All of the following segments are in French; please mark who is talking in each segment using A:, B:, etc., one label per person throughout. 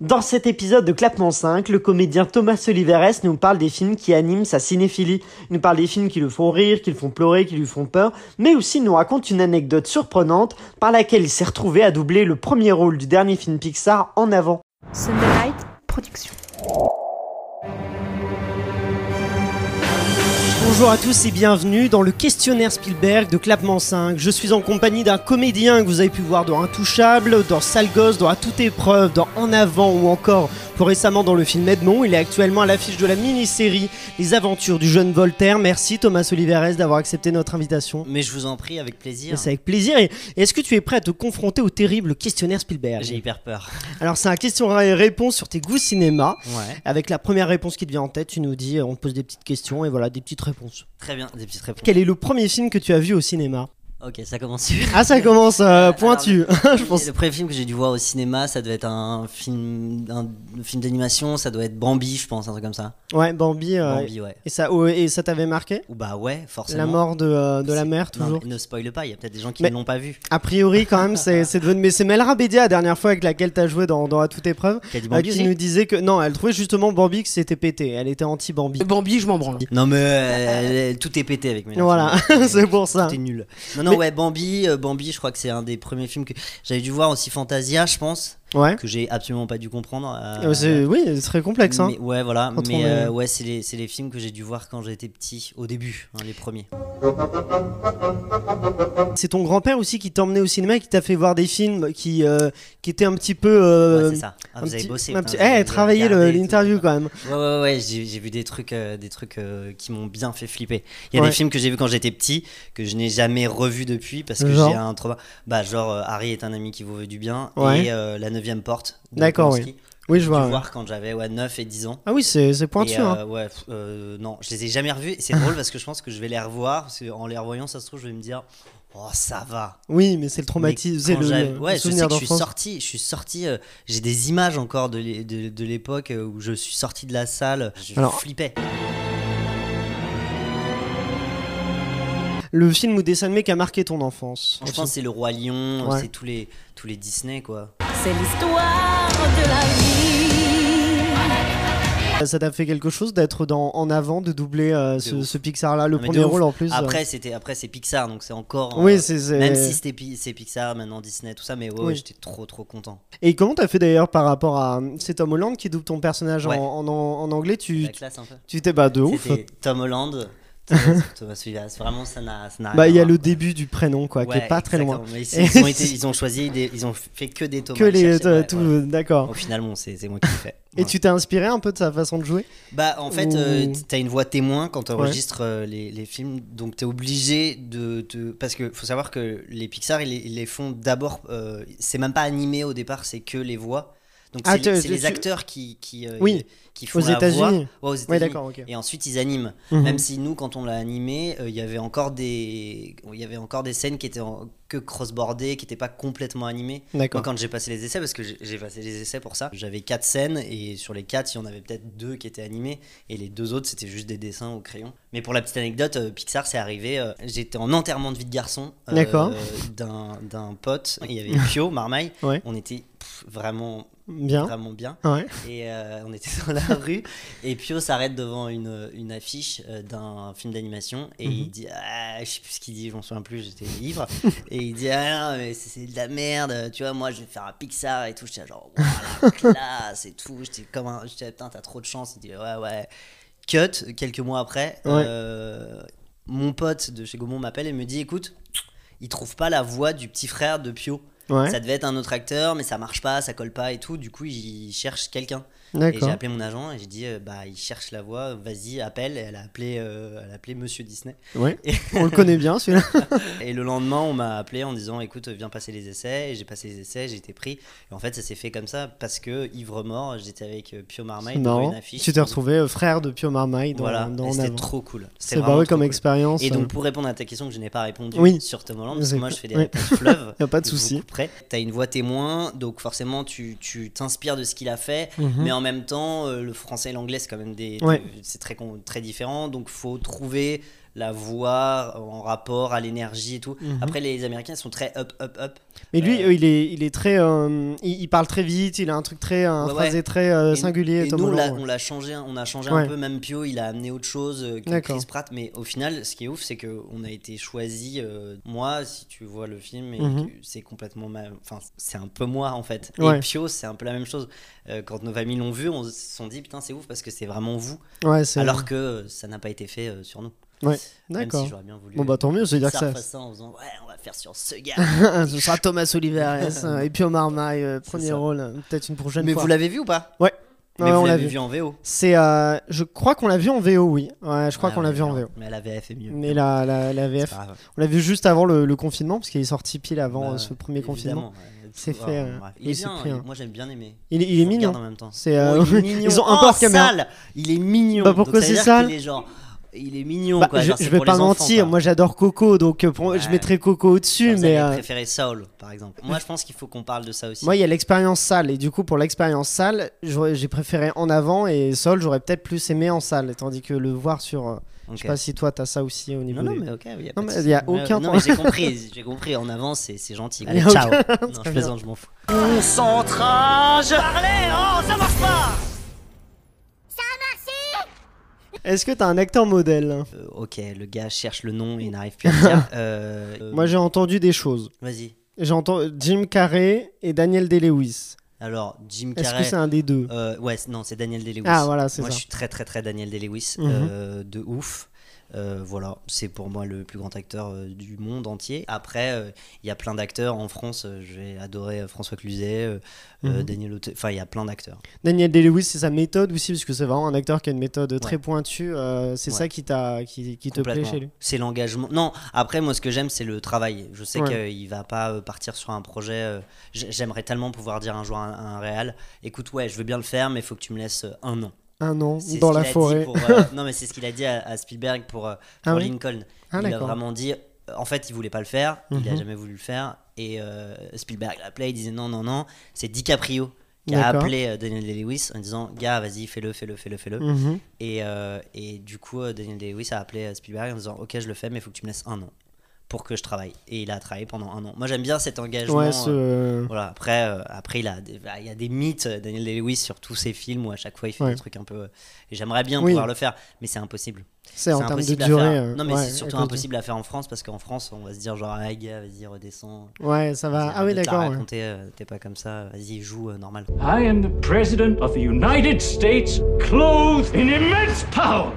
A: Dans cet épisode de Clapement 5, le comédien Thomas Oliveres nous parle des films qui animent sa cinéphilie. Il nous parle des films qui le font rire, qui le font pleurer, qui lui font peur, mais aussi nous raconte une anecdote surprenante par laquelle il s'est retrouvé à doubler le premier rôle du dernier film Pixar en avant.
B: Sunday Night Production.
A: Bonjour à tous et bienvenue dans le questionnaire Spielberg de Clapement 5. Je suis en compagnie d'un comédien que vous avez pu voir dans Intouchable, dans Sale Gosse, dans À toute épreuve, dans En avant ou encore plus récemment dans le film Edmond. Il est actuellement à l'affiche de la mini-série Les aventures du jeune Voltaire. Merci Thomas Oliveres d'avoir accepté notre invitation.
C: Mais je vous en prie, avec plaisir.
A: C'est avec plaisir. Et est-ce que tu es prêt à te confronter au terrible questionnaire Spielberg
C: J'ai hyper peur.
A: Alors c'est un question-réponse sur tes goûts cinéma.
C: Ouais.
A: Avec la première réponse qui te vient en tête, tu nous dis, euh, on te pose des petites questions et voilà, des petites réponses.
C: Très bien, des petites réponses.
A: Quel est le premier film que tu as vu au cinéma
C: Ok, ça commence sur.
A: Ah, ça commence euh, pointu, je pense.
C: Le premier film que j'ai dû voir au cinéma, ça devait être un film, un film d'animation, ça doit être Bambi, je pense, un truc comme ça.
A: Ouais, Bambi. euh,
C: Bambi, ouais.
A: Et ça, oh, et ça t'avait marqué
C: Ou bah ouais, forcément.
A: La mort de, euh, de la
C: C'est-
A: mère,
C: Non,
A: toujours
C: mais ne spoil pas, il y a peut-être des gens qui
A: Mais-
C: ne l'ont pas vu.
A: A priori, quand même, c'est c'est devenu. Mais c'est Melra Bédia, la dernière fois avec laquelle t'as joué dans, dans À toute épreuve,
C: Qui a dit
A: euh,
C: Bambi
A: qui
C: aussi
A: nous disait que. Non, elle trouvait justement Bambi que c'était pété. Elle était anti-Bambi.
D: Bambi, je m'en branle.
C: Non, mais euh, tout est pété avec mes
A: Voilà, c'est pour ça.
C: Tout est nul. Non, non,
A: Mais-
C: ouais, Bambi, euh, Bambi, je crois que c'est un des premiers films que j'avais dû voir aussi Fantasia, je pense,
A: Ouais.
C: que j'ai absolument pas dû comprendre. euh,
A: Euh, c'est- oui, c'est très complexe. Hein.
C: Mais- ouais, voilà.
A: Quand on
C: mais
A: est-
C: euh, ouais, c'est les, c'est les films que j'ai dû voir quand j'étais petit, au début, hein, les premiers.
A: C'est ton grand-père aussi qui t'emmenait au cinéma et qui t'a fait voir des films qui, euh, qui étaient un petit peu. euh,
C: ouais, c'est ça. Ah,
A: un
C: vous avez
A: petit-
C: bossé.
A: un
C: putain,
A: petit-
C: vous avez
A: Eh, travailler le-
C: regardé et tout.
A: l'interview quand même.
C: Ouais, ouais, ouais. J'ai j'ai vu des trucs, euh, des trucs euh, qui m'ont bien fait flipper. Il y a
A: Ouais.
C: des films que j'ai vus quand j'étais petit que je n'ai jamais revus depuis parce que
A: Genre
C: j'ai un trauma. Bah, genre euh, Harry est un ami qui vous veut du bien
A: Ouais.
C: et euh, La Neuvième Porte. de
A: D'accord,
C: Polanski,
A: Oui, je
C: que j'ai dû
A: vois. ouais.
C: voir quand j'avais ouais, 9 et 10 ans.
A: Ah oui, c'est c'est pointu.
C: Et, euh,
A: hein.
C: ouais, pff, euh, non, je les ai jamais revus. Et c'est drôle parce que je pense que je vais les revoir. Parce que en les revoyant, ça se trouve, je vais me dire, oh, ça va.
A: Oui, mais c'est le
C: Mais
A: traumatisme, c'est
C: quand
A: le,
C: j'avais-
A: le
C: ouais, je sais
A: souvenir
C: que je suis
A: d'enfance.
C: sorti, je suis sorti. euh, J'ai des images encore de, l'é- de, de l'époque euh, où je suis sorti de la salle. Je
A: Alors-
C: flippais.
A: Le film ou dessin animé qui a marqué ton enfance.
C: Je pense que c'est le roi lion,
A: Ouais.
C: c'est tous les tous les Disney quoi.
B: C'est l'histoire de la vie.
A: Ça t'a fait quelque chose d'être dans en avant, de doubler euh, ce,
C: ouf.
A: ce Pixar-là, le
C: Non, mais de
A: premier
C: ouf.
A: rôle en plus. euh,
C: Après c'était après c'est Pixar donc c'est encore.
A: oui,
C: euh,
A: c'est. c'est-
C: Même si c'était Pi- c'est Pixar, maintenant Disney, tout ça, mais ouais, ouais,
A: Oui.
C: j'étais trop trop content.
A: Et comment t'as fait d'ailleurs par rapport à. hum, C'est Tom Holland qui double ton personnage en-
C: Ouais.
A: en, en- en anglais. Tu
C: La classe un peu.
A: tu t'es bah de ouf.
C: C'était Tom Holland, Thomas Thomas Williams. Vraiment, ça n'a ça n'a rien
A: Bah, il y a
C: à voir,
A: le
C: quoi.
A: début du prénom, quoi, qui
C: ah, Ouais,
A: est pas très loin.
C: exactement. Mais ils, ils ont été- ils ont choisi, des- ils ont fait que des Thomas.
A: Que les. euh,
C: chercher, ouais,
A: tout-
C: ouais.
A: D'accord.
C: Au final, bon, c'est c'est moi qui le fais.
A: Et
C: Voilà.
A: tu t'es inspiré un peu de sa façon de jouer
C: Bah, en fait, euh,
A: Ou-
C: t- t'as une voix témoin quand
A: Ouais.
C: t'enregistres euh, les, les films, donc t'es obligé de, de- Parce que faut savoir que les Pixar, ils, les- ils les font d'abord. euh, c'est même pas animé au départ, c'est que les voix. Donc
A: Ah,
C: c'est
A: tu-
C: les- c'est
A: tu-
C: les
A: tu-
C: acteurs qui, qui, euh,
A: Oui,
C: qui font
A: Aux
C: la voix.
A: États-Unis
C: Ouais, aux
A: Oui,
C: États-Unis.
A: d'accord, ok.
C: Et ensuite ils animent.
A: Mhm.
C: Même si nous, quand on l'a animé, euh, il y avait encore des, il y avait encore des scènes qui étaient en- que cross-bordées, qui n'étaient pas complètement animées. Moi,
A: D'accord.
C: quand j'ai passé les essais, parce que j'ai- j'ai passé les essais pour ça, j'avais quatre scènes et sur les quatre, il y en avait peut-être deux qui étaient animées et les deux autres, c'était juste des dessins au crayon. Mais pour la petite anecdote, euh, Pixar, c'est arrivé. euh, J'étais en enterrement de vie de garçon euh,
A: D'accord.
C: d'un d'un pote. Il y avait Pio, Marmaille.
A: Ouais. Hein
C: On était pff, vraiment,
A: Bien.
C: vraiment bien
A: Ouais.
C: et euh, on était dans la rue et Pio s'arrête devant une, une affiche euh, d'un film d'animation et il
A: Mhm.
C: dit ah, je sais plus ce qu'il dit je m'en souviens plus j'étais ivre et il dit ah non, mais c'est c'est de la merde tu vois moi je vais faire un Pixar et tout j'étais genre Waouh, la classe et tout j'étais comme un j'étais putain t'as trop de chance il dit ouais ouais cut quelques mois après
A: Ouais.
C: euh, mon pote de chez Gaumont m'appelle et me dit écoute il trouve pas la voix du petit frère de Pio
A: Ouais.
C: ça devait être un autre acteur, mais ça marche pas, ça colle pas et tout. Du coup, il cherche quelqu'un. Et j'ai
A: D'accord.
C: appelé mon agent et j'ai dit, euh, bah, il cherche la voix, vas-y, appelle. Et elle a appelé, euh, elle a appelé Monsieur Disney.
A: Ouais. On le connaît bien celui-là.
C: Et le lendemain, on m'a appelé en disant, écoute, viens passer les essais. Et j'ai passé les essais, j'ai été pris. Et en fait, ça s'est fait comme ça parce que ivre mort, j'étais avec euh, Pio Marmaille devant
A: Non,
C: une affiche.
A: tu t'es retrouvé euh, frère de Pio Marmaille dans,
C: Voilà.
A: dans
C: Et
A: En
C: c'était
A: Avant.
C: trop cool. C'était
A: C'est
C: vraiment
A: barré
C: trop
A: comme
C: cool.
A: expérience. euh,
C: Et donc pour répondre à ta question que je n'ai pas répondu
A: Oui.
C: sur Tom Holland, parce que
A: C'est-
C: moi je fais des
A: oui.
C: réponses fleuves.
A: Y a pas de
C: je vous
A: souci.
C: couperai. T'as une voix témoin, donc forcément tu tu t'inspires de ce qu'il a fait,
A: Mhm.
C: mais en même temps euh, le français et l'anglais c'est quand même des,
A: Ouais.
C: des- c'est très con- très différent, donc faut trouver la voir en rapport à l'énergie et tout.
A: Mmh.
C: Après, les Américains sont très up, up, up.
A: Mais lui,
C: Euh,
A: euh, il est, il est très, euh, il, il parle très vite. Il a un truc très, un
C: Ouais, ouais.
A: phrasé très euh,
C: Et-
A: singulier.
C: Et
A: Tom
C: nous, on l'a-
A: Holland, ouais.
C: on l'a changé, un- on a changé
A: Ouais.
C: un peu. Même Pio, il a amené autre chose euh, que
A: D'accord.
C: Chris Pratt. Mais au final, ce qui est ouf, c'est que on a été choisi. euh, moi, si tu vois le film, et
A: Mhm.
C: tu- c'est complètement, ma- enfin, c'est un peu moi en fait.
A: Ouais.
C: Et Pio, c'est un peu la même chose. Euh, quand nos familles l'ont vu, on se sont dit putain, c'est ouf parce que c'est vraiment vous.
A: Ouais, c'est.
C: Alors que euh, ça n'a pas été fait euh, sur nous. Même
A: D'accord.
C: si j'aurais bien voulu.
A: Bon bah tant mieux, c'est-à-dire
C: dire
A: que ça,
C: ça en faisant ouais, on va faire sur ce gars.
A: ce sera Thomas Olivares euh, et puis Omar Maille, euh, premier
C: ça.
A: rôle, euh, peut-être une prochaine
C: mais
A: fois.
C: vous l'avez vu ou pas
A: Ouais.
C: Mais
A: Ouais,
C: vous
A: on l'a
C: l'avez
A: vu.
C: vu. en VO.
A: C'est, euh, je crois qu'on l'a vu en VO, oui. Ouais, je crois
C: Ah Ouais,
A: qu'on
C: on
A: l'a vu en Mm, Vo.
C: Mais la VF est mieux.
A: Mais la, la, la
C: C'est
A: VF,
C: pas grave.
A: on l'a vu juste avant le, le confinement, parce qu'il est sorti pile avant
C: Bah,
A: euh, ce premier confinement.
C: Évidemment, ouais.
A: C'est
C: Tout-
A: fait,
C: ah,
A: euh,
C: bref.
A: il
C: Il est
A: s'est
C: bien,
A: pris,
C: il-
A: hein.
C: moi j'aime bien aimé.
A: Il, est- il est
C: Faut
A: mignon.
C: regarder en même temps.
A: C'est, euh,
C: Oh, il est mignon.
A: Ils ont un
C: Oh,
A: peu hors caméra.
C: sale Il est mignon.
A: Bah, pourquoi
C: Donc, ça veut
A: c'est
C: dire
A: sale
C: qu'il est genre- Il est mignon
A: Bah,
C: quoi.
A: je,
C: genre, c'est
A: je vais
C: pour
A: pas
C: les enfants,
A: mentir,
C: quoi.
A: moi j'adore Coco, donc euh, pour- je
C: Ouais.
A: mettrais Coco au-dessus,
C: Enfin, vous
A: mais
C: avez
A: euh,
C: préféré Saul par exemple. Moi je pense qu'il faut qu'on parle de ça aussi.
A: moi il y a l'expérience salle, et du coup pour l'expérience salle, j'aurais- j'ai préféré en avant, et Sol j'aurais peut-être plus aimé en salle, tandis que le voir sur... euh, Je
C: Ok.
A: sais pas si toi t'as ça aussi au niveau
C: Non, non,
A: du-
C: mais ok, il y a,
A: Non,
C: pas de
A: mais
C: souci.
A: y a aucun
C: Non, mais j'ai compris, j'ai compris. En avant, c'est c'est gentil.
A: Il y
C: Allez,
A: a
C: ciao.
A: aucun-
C: Non, je plaisante, je m'en fous.
D: Concentrage Parlez, oh, ça marche pas
A: Est-ce que t'as un acteur modèle
C: Euh, ok, le gars cherche le nom et n'arrive plus à le dire. Euh, euh,
A: Moi j'ai entendu des choses.
C: Vas-y.
A: J'ai entendu Jim Carrey et Daniel Day-Lewis.
C: Alors, Jim
A: Est-ce que
C: Carrey.
A: c'est un des deux
C: euh, ouais, c'est- non, c'est Daniel Day-Lewis.
A: Ah voilà, c'est
C: Moi,
A: ça.
C: je suis très, très, très Daniel Day-Lewis.
A: Mhm.
C: euh, de ouf. Euh, voilà, c'est pour moi le plus grand acteur euh, du monde entier. Après, euh, il y a plein d'acteurs en France. euh, J'ai adoré euh, François Cluzet, euh, euh,
A: Mhm.
C: Daniel Auteuil. Enfin, il y a plein d'acteurs.
A: Daniel Day-Lewis, c'est sa méthode aussi, parce que c'est vraiment un acteur qui a une méthode très
C: Ouais.
A: pointue. euh, c'est
C: Ouais.
A: ça qui, t'a- qui, qui te plaît
C: Complètement.
A: chez lui.
C: C'est l'engagement. Non, après, moi, ce que j'aime, c'est le travail. Je sais
A: Ouais.
C: qu'il va pas euh, partir sur un projet. euh, j- J'aimerais tellement pouvoir dire un jour à un, à un réal écoute, ouais, je veux bien le faire, mais il faut que tu me laisses euh, un an.
A: Un an
C: C'est ce
A: dans
C: qu'il
A: la
C: a dit
A: forêt.
C: pour, euh, non, mais c'est ce qu'il a dit à, à Spielberg pour, euh,
A: Ah
C: pour
A: oui
C: Lincoln.
A: Ah
C: il a
A: d'accord.
C: vraiment dit euh, en fait, il voulait pas le faire, il a
A: Mhm.
C: jamais voulu le faire. Et euh, Spielberg l'appelait, il disait non, non, non. C'est DiCaprio qui a
A: D'accord.
C: appelé euh, Daniel Day-Lewis en disant gars, vas-y, fais-le, fais-le, fais-le, fais-le.
A: Mhm.
C: Et, euh, et du coup, euh, Daniel Day-Lewis a appelé euh, Spielberg en disant Ok, je le fais, mais il faut que tu me laisses un an pour que je travaille. Et il a travaillé pendant un an. Moi, j'aime bien cet engagement.
A: Ouais, ce-
C: euh, voilà, après, euh, après il, a des, bah, il y a des mythes, euh, Daniel Day-Lewis, sur tous ses films où à chaque fois il fait
A: Ouais.
C: des trucs un peu. euh, et J'aimerais bien
A: Oui.
C: pouvoir le faire, mais c'est impossible.
A: c'est en termes de
C: impossible à
A: durée.
C: faire.
A: euh,
C: non, mais
A: ouais,
C: c'est surtout
A: à cause de-
C: impossible à faire en France parce qu'en France, on va se dire genre, ah, gars, vas-y, redescends.
A: Ouais, ça va. Ah oui, d'accord. ouais.
C: Raconter, euh, T'es pas comme ça, vas-y, joue euh, normal.
D: I am the President of the United States, clothed in immense power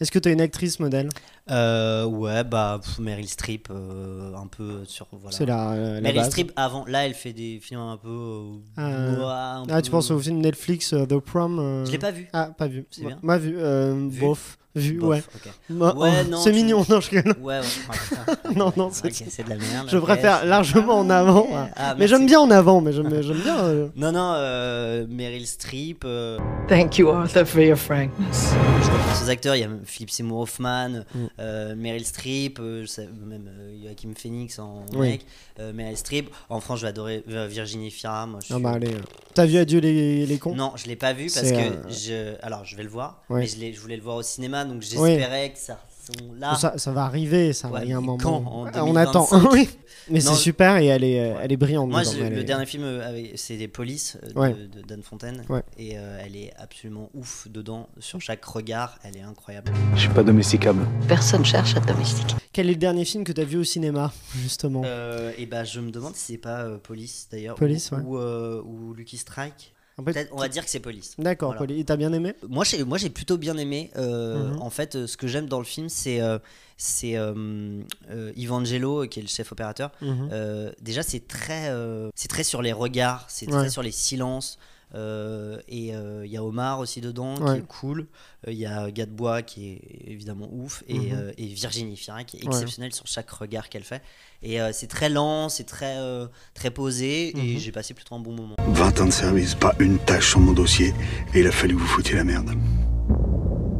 A: Est-ce que t'as une actrice modèle
C: Euh, ouais, bah, pff, Meryl Streep, euh, un peu sur. Voilà.
A: C'est la, euh, la
C: Meryl
A: base.
C: Streep avant, là elle fait des films un peu. euh,
A: Ah.
C: ouah, un
A: Ah, tu
C: peu-
A: penses au film Netflix euh, The Prom euh,
C: Je l'ai pas vu.
A: Ah, pas vu.
C: C'est bien.
A: Moi, vu. euh,
C: Vu.
A: Bof. Vu,
C: Bof,
A: ouais.
C: ok.
A: Moi,
C: Ouais,
A: oh,
C: non,
A: c'est
C: tu-
A: mignon, non, je rigole.
C: Ouais, ouais. ouais, putain.
A: Non, non,
C: Ok,
A: c'est-
C: c'est de la merde.
A: Je
C: ok.
A: préfère largement en avant. hein.
C: Ah,
A: mais
C: merci.
A: j'aime bien en avant, mais j'aime j'aime bien. euh,
C: Non, non, euh, Meryl Streep. euh,
E: Thank you, Arthur, for your frankness.
C: je reprends ces acteurs, il y a même Philippe Seymour Hoffman,
A: Mm.
C: euh, Meryl Streep, euh, je sais- même euh, Joachim Phoenix en
A: Oui.
C: mec, euh, Meryl Streep. En France, je vais adorer euh, Virginie Fira. Moi, je
A: Non,
C: suis-
A: bah allez. euh. T'as vu Adieu les, les cons
C: Non, je l'ai pas vu parce
A: C'est,
C: que
A: euh,
C: je. Alors, je vais le voir,
A: Ouais.
C: mais je, l'ai- je voulais le voir au cinéma, donc j'espérais que ça. Sont là.
A: Ça, ça va arriver, ça va.
C: Ouais,
A: Il y a un
C: mais
A: moment.
C: quand En
A: Ah, on attend.
C: 2025?
A: oui. Mais
C: Non,
A: c'est
C: je-
A: super et elle est, euh, elle est brillante.
C: Moi,
A: dedans,
C: je-
A: elle
C: le
A: est-
C: dernier film, euh, avec- c'est Les Polices euh, de,
A: Ouais.
C: de Dan Fontaine.
A: Ouais.
C: Et euh, elle est absolument ouf dedans. Sur chaque regard, elle est incroyable.
F: Je suis pas domesticable.
G: Personne cherche à te domestiquer.
A: Quel est le dernier film que t'as vu au cinéma, justement
C: Euh, et bah, je me demande si c'est pas euh, Police d'ailleurs.
A: Police,
C: ou,
A: ouais.
C: ou, euh, ou Lucky Strike.
A: En fait,
C: Peut-être- on va dire que c'est Police.
A: D'accord,
C: Voilà.
A: Paul, et T'as bien aimé
C: Moi, j'ai, moi, j'ai plutôt bien aimé. euh,
A: Mhm.
C: En fait, euh, ce que j'aime dans le film, c'est, euh, c'est euh, euh, Evangelo, qui est le chef opérateur.
A: Mhm.
C: Euh, déjà, c'est très, euh, c'est très sur les regards, c'est
A: Ouais.
C: très sur les silences. euh, et euh, il y a Omar aussi dedans,
A: Ouais.
C: qui est cool. Euh, Il y a Gadebois, qui est évidemment ouf. Et,
A: Mhm.
C: euh, et Virginie Fira, qui est
A: Ouais.
C: exceptionnelle sur chaque regard qu'elle fait. Et euh, c'est très lent, c'est très, euh, très posé.
A: Mhm.
C: Et j'ai passé plutôt un bon moment.
H: 20 ans de service, pas une tâche sur mon dossier, et il a fallu que vous foutiez la merde.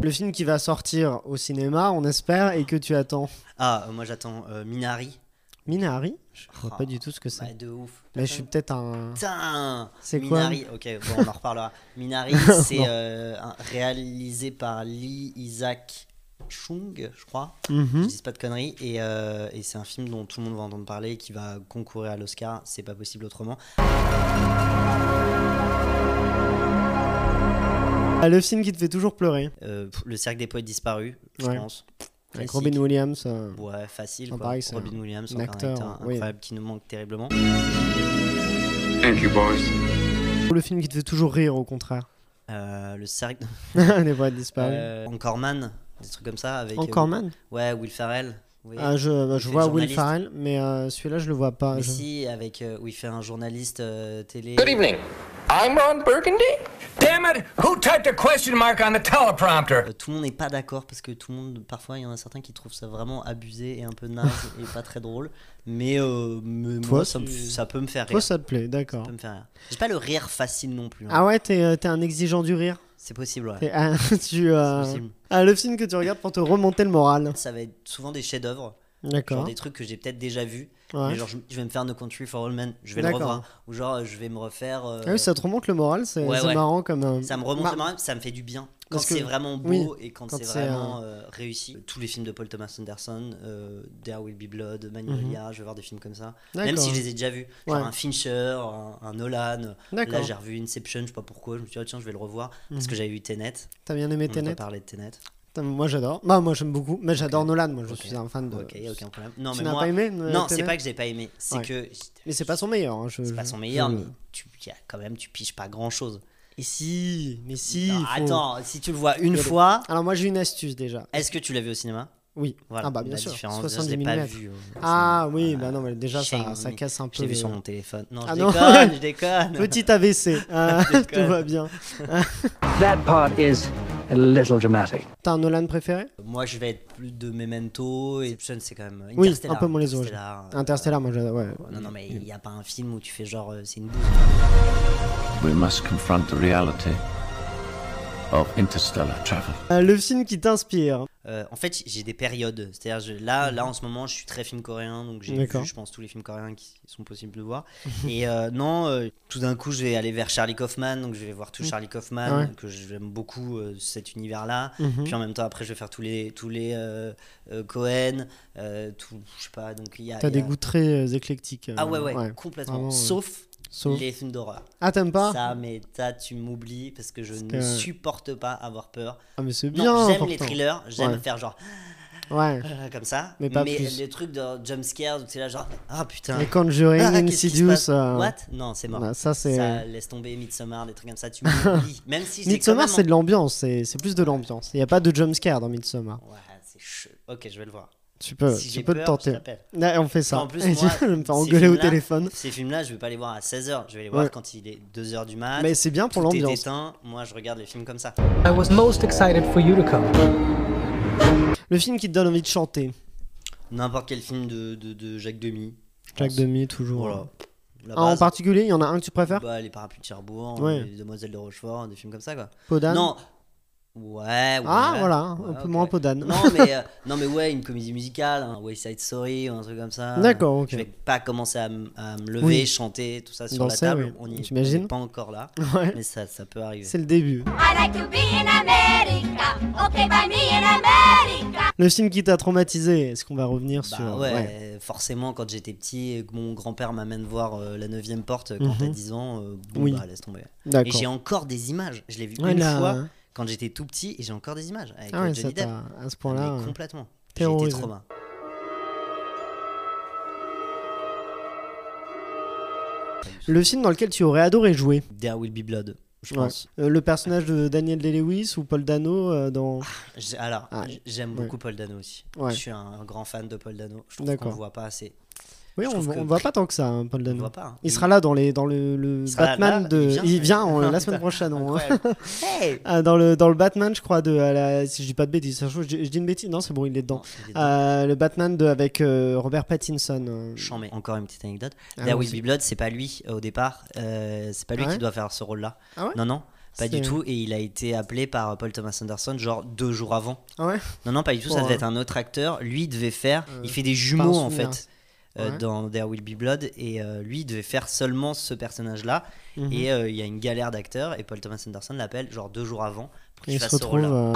A: Le film qui va sortir au cinéma, on espère, et que tu attends.
C: Ah, euh, moi, j'attends euh, Minari.
A: Minari Je vois
C: Oh,
A: pas du tout ce que c'est.
C: Bah, de ouf.
A: mais je suis peut-être un.
C: Putain
A: C'est quoi
C: Minari, ok, bon, on en reparlera. Minari, c'est euh, un- réalisé par Lee Isaac Chung, je crois.
A: Mhm.
C: Je dis pas de conneries. Et, euh, et c'est un film dont tout le monde va entendre parler, qui va concourir à l'Oscar. C'est pas possible autrement.
A: Ah, le film qui te fait toujours pleurer.
C: Euh, pff, le cercle des poètes disparus, je
A: Ouais.
C: pense.
A: Avec
C: Classique.
A: Robin Williams. euh,
C: Ouais, facile.
A: Ah,
C: quoi.
A: pareil, c'est
C: Robin
A: un-
C: Williams,
A: un
C: encore un acteur,
A: acteur, oui.
C: incroyable qui nous manque terriblement.
F: Thank you, boys.
A: Le film qui te fait toujours rire, au contraire.
C: Euh, le cercle.
A: Les voix disparues.
C: Euh, Encore Man, des trucs comme ça. Avec, euh,
A: Encore Man
C: Ouais, Will Ferrell. oui.
A: Ah, Je, bah, je
C: le
A: vois Will
C: journaliste.
A: Farrell, mais euh, celui-là, je le vois pas.
C: Mais
A: je-
C: si, avec, euh, où il fait un journaliste euh, télé.
I: Good evening. I'm Ron Burgundy. Damn it! Who typed a question mark on the teleprompter?
C: Euh, tout le monde n'est pas d'accord parce que tout le monde, parfois, il y en a certains qui trouvent ça vraiment abusé et un peu naze et pas très drôle. Mais, euh, mais
A: Toi,
C: moi, ça, me
A: tu-
C: f- ça peut me faire rire.
A: Toi, ça te plaît,
C: Ça
A: d'accord.
C: peut me faire rire. J'ai pas le rire facile non plus. hein.
A: Ah ouais, t'es euh, t'es un exigeant du rire.
C: C'est possible, ouais.
A: T'es- ah, tu, euh,
C: C'est possible.
A: ah, le film que tu regardes pour te remonter le moral.
C: Ça va être souvent des chefs-d'œuvre, genre
A: D'accord.
C: des trucs que j'ai peut-être déjà vus.
A: Ouais.
C: Mais genre, je, je vais me faire No Country for All Men, je vais le
A: D'accord.
C: revoir. Ou genre, euh, je vais me refaire. euh,
A: Ah oui, ça te remonte le moral, c'est
C: Ouais,
A: c'est
C: ouais.
A: marrant comme. euh,
C: Ça me remonte
A: bah,
C: le moral, ça me fait du bien. Quand
A: Parce que-
C: c'est vraiment beau
A: oui,
C: et quand,
A: quand
C: c'est
A: c'est,
C: vraiment euh, réussi. Tous les films de Paul Thomas Anderson, euh, There Will Be Blood, Magnolia, je vais voir des films comme ça. Même
A: Mhm. D'accord.
C: si je les ai déjà vus. Genre
A: Ouais.
C: un Fincher, un, un Nolan. Là,
A: D'accord.
C: j'ai revu Inception, je sais pas pourquoi. Je me suis dit, ah, tiens, je vais le revoir. Parce que j'avais vu Tenet.
A: T'as bien aimé
C: On n'a
A: Tenet
C: pas parlé de Tenet.
A: Putain, Moi, j'adore. Bah, moi, j'aime beaucoup. Mais j'adore Nolan. Moi, je
C: Ok.
A: suis un fan de.
C: Ok, aucun problème. Non,
A: Tu
C: mais
A: n'as
C: moi-
A: pas aimé, euh,
C: Non, c'est
A: Tenet
C: pas que j'ai pas aimé. C'est
A: Ouais.
C: que.
A: Mais c'est pas son meilleur. hein, je-
C: C'est pas
A: je-
C: son meilleur,
A: je-
C: mais tu, y a- quand même, tu piges pas grand chose.
A: Et si, mais si. il faut-
C: Attends, si tu le vois une
A: y aller.
C: fois,
A: Alors, moi, j'ai une astuce déjà.
C: est-ce que tu l'as vu au cinéma
A: Oui.
C: Voilà,
A: ah, bah, bien
C: la
A: sûr.
C: différence,
A: 70
C: je l'ai pas
A: mm.
C: vu, euh,
A: Ah,
C: c'est-
A: oui, bah
C: voilà.
A: non, mais déjà, ça,
C: Shame
A: ça
C: me.
A: casse un peu.
C: Je l'ai vu
A: les-
C: sur mon téléphone. Non,
A: Ah
C: je
A: non.
C: déconne, je déconne.
A: Petit AVC. euh,
C: Je déconne.
A: tout va bien.
E: That part is a little dramatic.
A: T'as un Nolan préféré
C: Moi, je vais être plus de Memento et Inception, c'est quand même
A: Oui,
C: Interstellar.
A: un peu moins les autres. Mm.
C: Interstellar, euh,
A: Interstellar, moi, j'adore. Ouais.
C: Non, non, mais il n'y a pas un film où tu fais genre euh, c'est une bouse.
F: We must confront the reality of interstellar travel.
A: Euh, le film qui t'inspire.
C: Euh, en fait, j'ai des périodes. C'est-à-dire, je- là, là, en ce moment, je suis très film coréen, donc j'ai
A: D'accord.
C: vu, je pense, tous les films coréens qui sont possibles de voir. et euh, non, euh, tout d'un coup, je vais aller vers Charlie Kaufman, donc je vais voir tout Charlie Kaufman,
A: Ah ouais.
C: que j'aime beaucoup euh, cet univers-là.
A: Mhm.
C: Puis en même temps, après, je vais faire tous les, tous les euh, euh, Cohen, euh, tout, je sais pas. Donc il y a.
A: T'as
C: il y
A: des
C: a-
A: goûts très euh, éclectiques. euh,
C: Ah ouais, ouais, complètement.
A: Vraiment, ouais.
C: Sauf
A: Sauf-
C: les films d'horreur.
A: Ah, t'aimes pas
C: Ça, mais ça, tu m'oublies parce que je ne
A: que-
C: supporte pas avoir peur.
A: Ah, mais c'est bien.
C: Non, j'aime les
A: pourtant.
C: thrillers, j'aime
A: Ouais.
C: faire genre
A: Ouais.
C: euh, comme ça.
A: Mais
C: Mais,
A: pas plus.
C: les trucs de jump scare, c'est là genre ah putain.
A: Les Conjuring,
C: Ah, qu'est-ce qui se
A: Insidious.
C: passe
A: euh,
C: What Non, c'est mort.
A: bah, ça, c'est-
C: Ça, laisse tomber Midsommar, des trucs comme ça, tu m'oublies. Même si j'ai
A: Midsommar,
C: quand
A: c'est
C: même- hein.
A: de l'ambiance. C'est c'est plus de l'ambiance. Il n'y a pas de jumpscare dans Midsommar.
C: Ouais, c'est chou- Ok, je vais le voir.
A: Tu peux,
C: Si
A: Euh, tu
C: j'ai
A: peux te
C: peur,
A: tenter.
C: je t'appelle.
A: Ouais, on fait ça.
C: En plus,
A: Et
C: moi,
A: je vais me faire
C: ces
A: engueuler au
C: films-là-
A: téléphone.
C: Ces films-là, je vais pas les voir à 16h, je vais les voir
A: Ouais.
C: quand il est 2h du mat.
A: Mais c'est bien pour
C: ah, tout est
A: l'ambiance.
C: éteint, Moi, je regarde les films comme ça.
E: I was most excited for you to come.
A: Le film qui te donne envie de chanter.
C: N'importe quel film de, de, de Jacques Demy. je
A: Jacques
C: pense.
A: Demy, toujours.
C: Voilà. La
A: Ah, en
C: base.
A: particulier, il y en a un que tu préfères
C: Bah, les parapluies de Cherbourg,
A: Ouais.
C: les demoiselles de Rochefort, des films comme ça quoi.
A: Podane
C: Non. Ouais, ouais.
A: Ah, voilà,
C: Ouais,
A: un peu
C: ok.
A: moins Podane.
C: Non mais, euh, non, mais ouais, une comédie musicale, un West Side Story ou un truc comme ça.
A: D'accord, ok.
C: Je vais pas commencer à, m- à me lever,
A: Oui.
C: chanter, tout ça sur
A: Danser,
C: la table.
A: oui.
C: On y est- on
A: J'imagine.
C: est pas encore là,
A: Ouais.
C: mais ça, ça peut arriver.
A: C'est le début.
B: I like to be in America. Okay, by me in America.
A: Le film qui t'a traumatisé, est-ce qu'on va revenir
C: Bah
A: sur.
C: ouais, forcément, quand j'étais petit et que mon grand-père m'amène voir euh, la 9 porte quand t'as 10 ans, euh, bon,
A: Mhm. Oui.
C: bah, laisse tomber. Et
A: D'accord.
C: j'ai encore des images. Je l'ai vu
A: Ouais,
C: une
A: là.
C: fois quand j'étais tout petit et j'ai encore des images avec
A: Ah
C: euh,
A: ouais, ça
C: Johnny Depp.
A: t'a. À ce
C: Mais
A: point-là. euh,
C: complètement. J'ai été
A: terrorisé.
C: traumatisé.
A: Le film dans lequel tu aurais adoré jouer
C: There Will Be Blood, je
A: Ouais.
C: pense.
A: Euh, Le personnage de Daniel Day-Lewis ou Paul Dano euh, dans.
C: J'ai- Alors,
A: Ah,
C: j- j'aime
A: ouais.
C: beaucoup Paul Dano aussi.
A: Ouais.
C: Je suis un grand fan de Paul Dano. Je trouve qu'on
A: D'accord.
C: ne voit pas assez.
A: Oui,
C: je
A: on,
C: trouve
A: on
C: que-
A: le voit pas tant que ça, hein, Paul
C: On le
A: Dano.
C: voit pas. hein.
A: Il sera là dans, les, dans le, le
C: Il sera là,
A: Batman
C: là,
A: de.
C: il vient,
A: Il
C: ouais.
A: vient, on- la
C: Putain,
A: semaine prochaine. on-
C: incroyable. Hey
A: Ah, dans, le, dans le Batman, je crois, de, à la- si je dis pas de bêtises, je, je dis une bêtise, non, c'est bon, il est dedans.
C: Non, il est
A: Euh, le Batman de, avec euh, Robert Pattinson. euh,
C: Chant, mais encore une petite anecdote.
A: Ah,
C: There
A: oui,
C: Will
A: c'est-
C: Be Blood, c'est pas lui euh, au départ. Euh, c'est pas lui
A: Ah ouais
C: qui doit faire ce rôle-là.
A: Ah ouais
C: non, non, pas
A: C'est-
C: du tout. Et il a été appelé par Paul Thomas Anderson genre deux jours avant.
A: Ah ouais
C: Non, non, pas du tout.
A: Pour,
C: ça devait
A: euh,
C: être un autre acteur. Lui il devait faire.
A: Euh,
C: il fait des
A: pas
C: jumeaux
A: un
C: en
A: souvenir.
C: fait euh,
A: Ouais.
C: dans There Will Be Blood. Et euh, lui il devait faire seulement ce personnage-là.
A: Mhm.
C: Et euh, il y a une galère d'acteurs. Et Paul Thomas Anderson l'appelle genre deux jours avant
A: Et
C: pour qu'il
A: il se
C: fasse ce
A: retrouve.
C: rôle-là.
A: euh,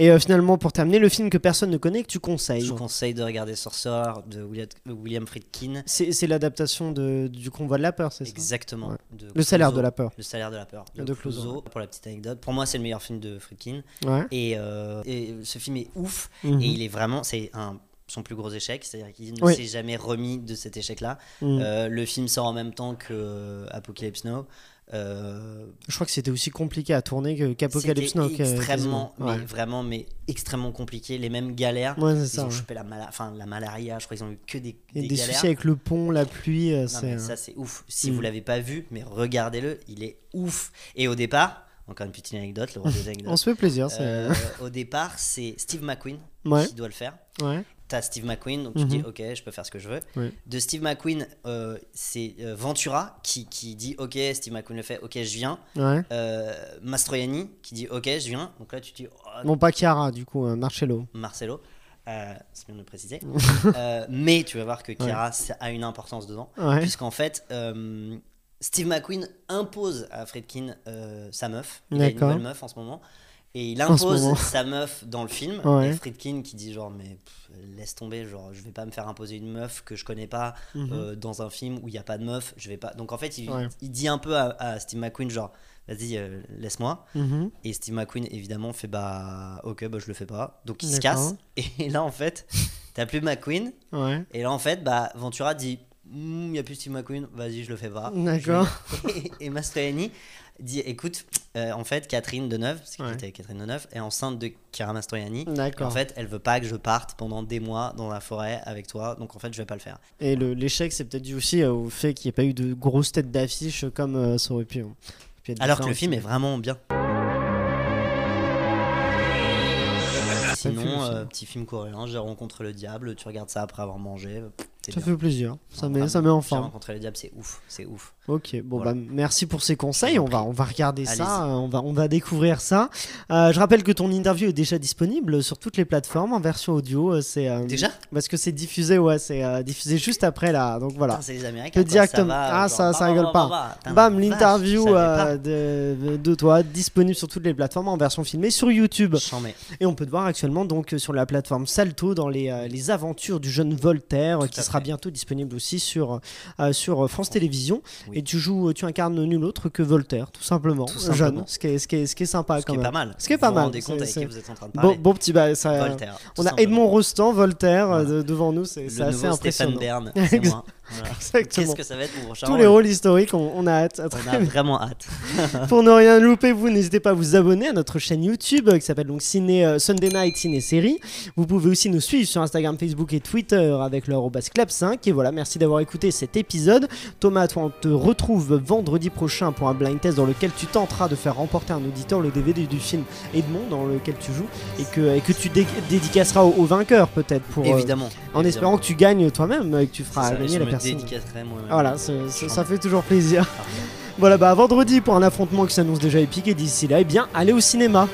A: Et euh, finalement, pour terminer, le film que personne ne connaît que tu conseilles.
C: Je vous conseille de regarder Sorcerer de William- William Friedkin.
A: C'est c'est l'adaptation de- du convoi de la peur, c'est ça
C: Exactement.
A: Ouais.
C: de
A: Le salaire
C: Clouseau.
A: de la peur.
C: Le salaire de la peur.
A: De Clouseau,
C: Pour la petite anecdote, pour moi, c'est le meilleur film de Friedkin.
A: Ouais.
C: Et, euh, et ce film est ouf.
A: Mhm.
C: Et il est vraiment. C'est un son plus gros échec, c'est-à-dire qu'il ne
A: Oui.
C: s'est jamais remis de cet échec-là.
A: Mhm.
C: Euh, le film sort en même temps que euh, Apocalypse Now. Euh,
A: Je crois que c'était aussi compliqué à tourner que- qu'Apocalypse
C: c'était
A: Now. que-
C: extrêmement,
A: quasiment.
C: mais vraiment, mais extrêmement compliqué. Les mêmes galères.
A: Ouais, ouais c'est
C: ils
A: ça.
C: ont
A: ouais.
C: chopé la, mala- enfin, la malaria. Je crois qu'ils ont eu que des,
A: Il y a des
C: galères.
A: soucis avec le pont, la pluie, euh,
C: Non,
A: c'est.
C: mais
A: euh,
C: ça c'est ouf. Si
A: Mm.
C: vous l'avez pas vu, mais regardez-le, il est ouf. Et au départ, encore une petite anecdote, le roi des
A: On
C: anecdotes.
A: se fait plaisir, c'est.
C: Euh, au départ, c'est Steve McQueen
A: Ouais.
C: qui doit le faire.
A: Ouais.
C: T'as Steve McQueen, donc
A: Mhm.
C: tu dis ok, je peux faire ce que je veux.
A: Oui.
C: De Steve McQueen, euh, c'est euh, Ventura qui, qui dit ok, Steve McQueen le fait, ok, je viens.
A: Ouais.
C: Euh, Mastroianni qui dit ok, je viens. Donc là, tu dis oh,
A: Bon, pas Chiara, du coup, euh, Marcello.
C: Marcelo. Euh, c'est bien de le préciser. Euh, mais tu vas voir que Kira ça a une importance dedans.
A: Ouais.
C: Puisqu'en fait, euh, Steve McQueen impose à Fredkin euh, sa meuf. Il a une
A: D'accord.
C: nouvelle meuf en ce moment. Et il
A: En ce
C: impose
A: moment.
C: sa meuf dans le film.
A: Ouais.
C: Et Friedkin qui dit genre mais pff, laisse tomber, genre je vais pas me faire imposer une meuf que je connais pas
A: Mhm.
C: euh, dans un film où il y a pas de meuf, je vais pas. Donc en fait il,
A: Ouais.
C: il dit un peu à, à Steve McQueen genre vas-y euh, laisse-moi.
A: Mhm.
C: Et Steve McQueen, évidemment, fait bah ok, bah je le fais pas. Donc il se
A: D'accord.
C: casse. Et là, en fait, t'as plus McQueen.
A: Ouais.
C: Et là, en fait, bah Ventura dit il y a plus Steve McQueen, vas-y, je le fais pas.
A: D'accord.
C: Je vais- Et, et Mastroianni dit écoute, euh, en fait, Catherine Deneuve, parce qu'il
A: Ouais.
C: était avec Catherine Deneuve, est enceinte de Cara Mastroianni. Et
A: D'accord.
C: En fait, elle veut pas que je parte pendant des mois dans la forêt avec toi, donc en fait, je vais pas le faire.
A: Et le- l'échec, c'est peut-être dû aussi euh, au fait qu'il n'y ait pas eu de grosses têtes d'affiche euh, comme euh, ça aurait pu. hein. Ça aurait pu être
C: Alors que le
A: différent.
C: film est vraiment bien.
A: Ça fait le
C: Sinon,
A: film.
C: euh, petit film coréen, J'ai rencontré le diable, tu regardes ça après avoir mangé, pff, c'est
A: Ça
C: bien.
A: fait plaisir. Ça
C: Enfin,
A: met,
C: vraiment,
A: ça met en
C: J'ai
A: forme.
C: rencontré le diable, c'est ouf, c'est ouf.
A: Ok, bon
C: Voilà.
A: bah merci pour ces conseils. On va, on va regarder ça,
C: Allez-y.
A: euh, on va, on va découvrir ça. Euh, je rappelle que ton interview est déjà disponible sur toutes les plateformes en version audio. euh, C'est euh,
C: Déjà
A: parce que c'est diffusé, ouais, c'est euh, diffusé juste après là. Donc voilà.
C: Putain, C'est les Américains.
A: Bah, Que
C: quoi, ça
A: directement.
C: va,
A: ah,
C: genre,
A: ça, ça
C: bah, bah,
A: rigole
C: bah,
A: pas.
C: bah, bah.
A: Bam,
C: Putain,
A: l'interview
C: je savais
A: euh, de, de toi disponible sur toutes les plateformes en version filmée sur YouTube.
C: pas. Chant, mais
A: Et on peut te voir actuellement donc euh, sur la plateforme Salto dans les, euh, les aventures du jeune Voltaire euh, qui
C: à
A: sera
C: fait.
A: bientôt disponible aussi sur, euh, sur euh, France Télévisions.
C: Oui.
A: Et tu joues, euh, tu incarnes nul autre que Voltaire, tout simplement,
C: Tout
A: euh,
C: simplement.
A: jeune, ce qui est, ce qui est, ce qui est sympa
C: Ce
A: quand
C: qui est
A: même.
C: pas mal.
A: Ce qui est pas
C: vous
A: mal,
C: Vous rendez compte
A: c'est-
C: avec
A: c'est-
C: qui vous êtes en train de
A: Bon,
C: parler.
A: bon petit bah, ça, euh,
C: Voltaire.
A: on
C: tout
A: a
C: simplement.
A: Edmond Rostand, Voltaire euh,
C: Voilà.
A: de- devant nous, c'est
C: Le
A: c'est assez
C: nouveau Stéphane
A: impressionnant.
C: Bern, c'est moi. Voilà.
A: Exactement.
C: Qu'est-ce que ça va être mon prochain
A: Tous les
C: rôle
A: rôles historiques, on, on a hâte.
C: On a vraiment hâte.
A: Pour ne rien louper, vous n'hésitez pas à vous abonner à notre chaîne YouTube euh, qui s'appelle donc Ciné, euh, Sunday Night Ciné Série. Vous pouvez aussi nous suivre sur Instagram, Facebook et Twitter avec le arobase clap5. Et voilà, merci d'avoir écouté cet épisode. Thomas, toi, on te retrouve vendredi prochain pour un blind test dans lequel tu tenteras de faire remporter à un auditeur le DVD du film Edmond dans lequel tu joues et que, et que tu dé- dédicaceras au, au vainqueur peut-être pour. euh,
C: Évidemment.
A: en espérant que tu gagnes toi-même euh, et que tu feras
C: ça,
A: gagner
C: je
A: la
C: me
A: personne.
C: dédicacerai moi-même.
A: Voilà, c'est- c'est- ça
C: Charmant.
A: fait toujours plaisir.
C: Ah.
A: Voilà, bah à vendredi pour un affrontement qui s'annonce déjà épique et d'ici là, eh bien, allez au cinéma.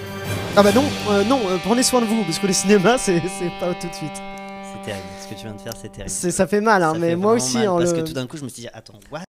A: Ah bah non, euh, non, euh, prenez soin de vous parce que les cinémas, c'est c'est pas tout de suite.
C: C'est terrible. Ce que tu viens de faire, c'est terrible.
A: C'est- Ça fait mal, hein,
C: Ça
A: mais
C: fait
A: moi
C: vraiment
A: aussi.
C: mal,
A: hein,
C: parce
A: le-
C: que tout d'un coup, je me suis dit, attends, what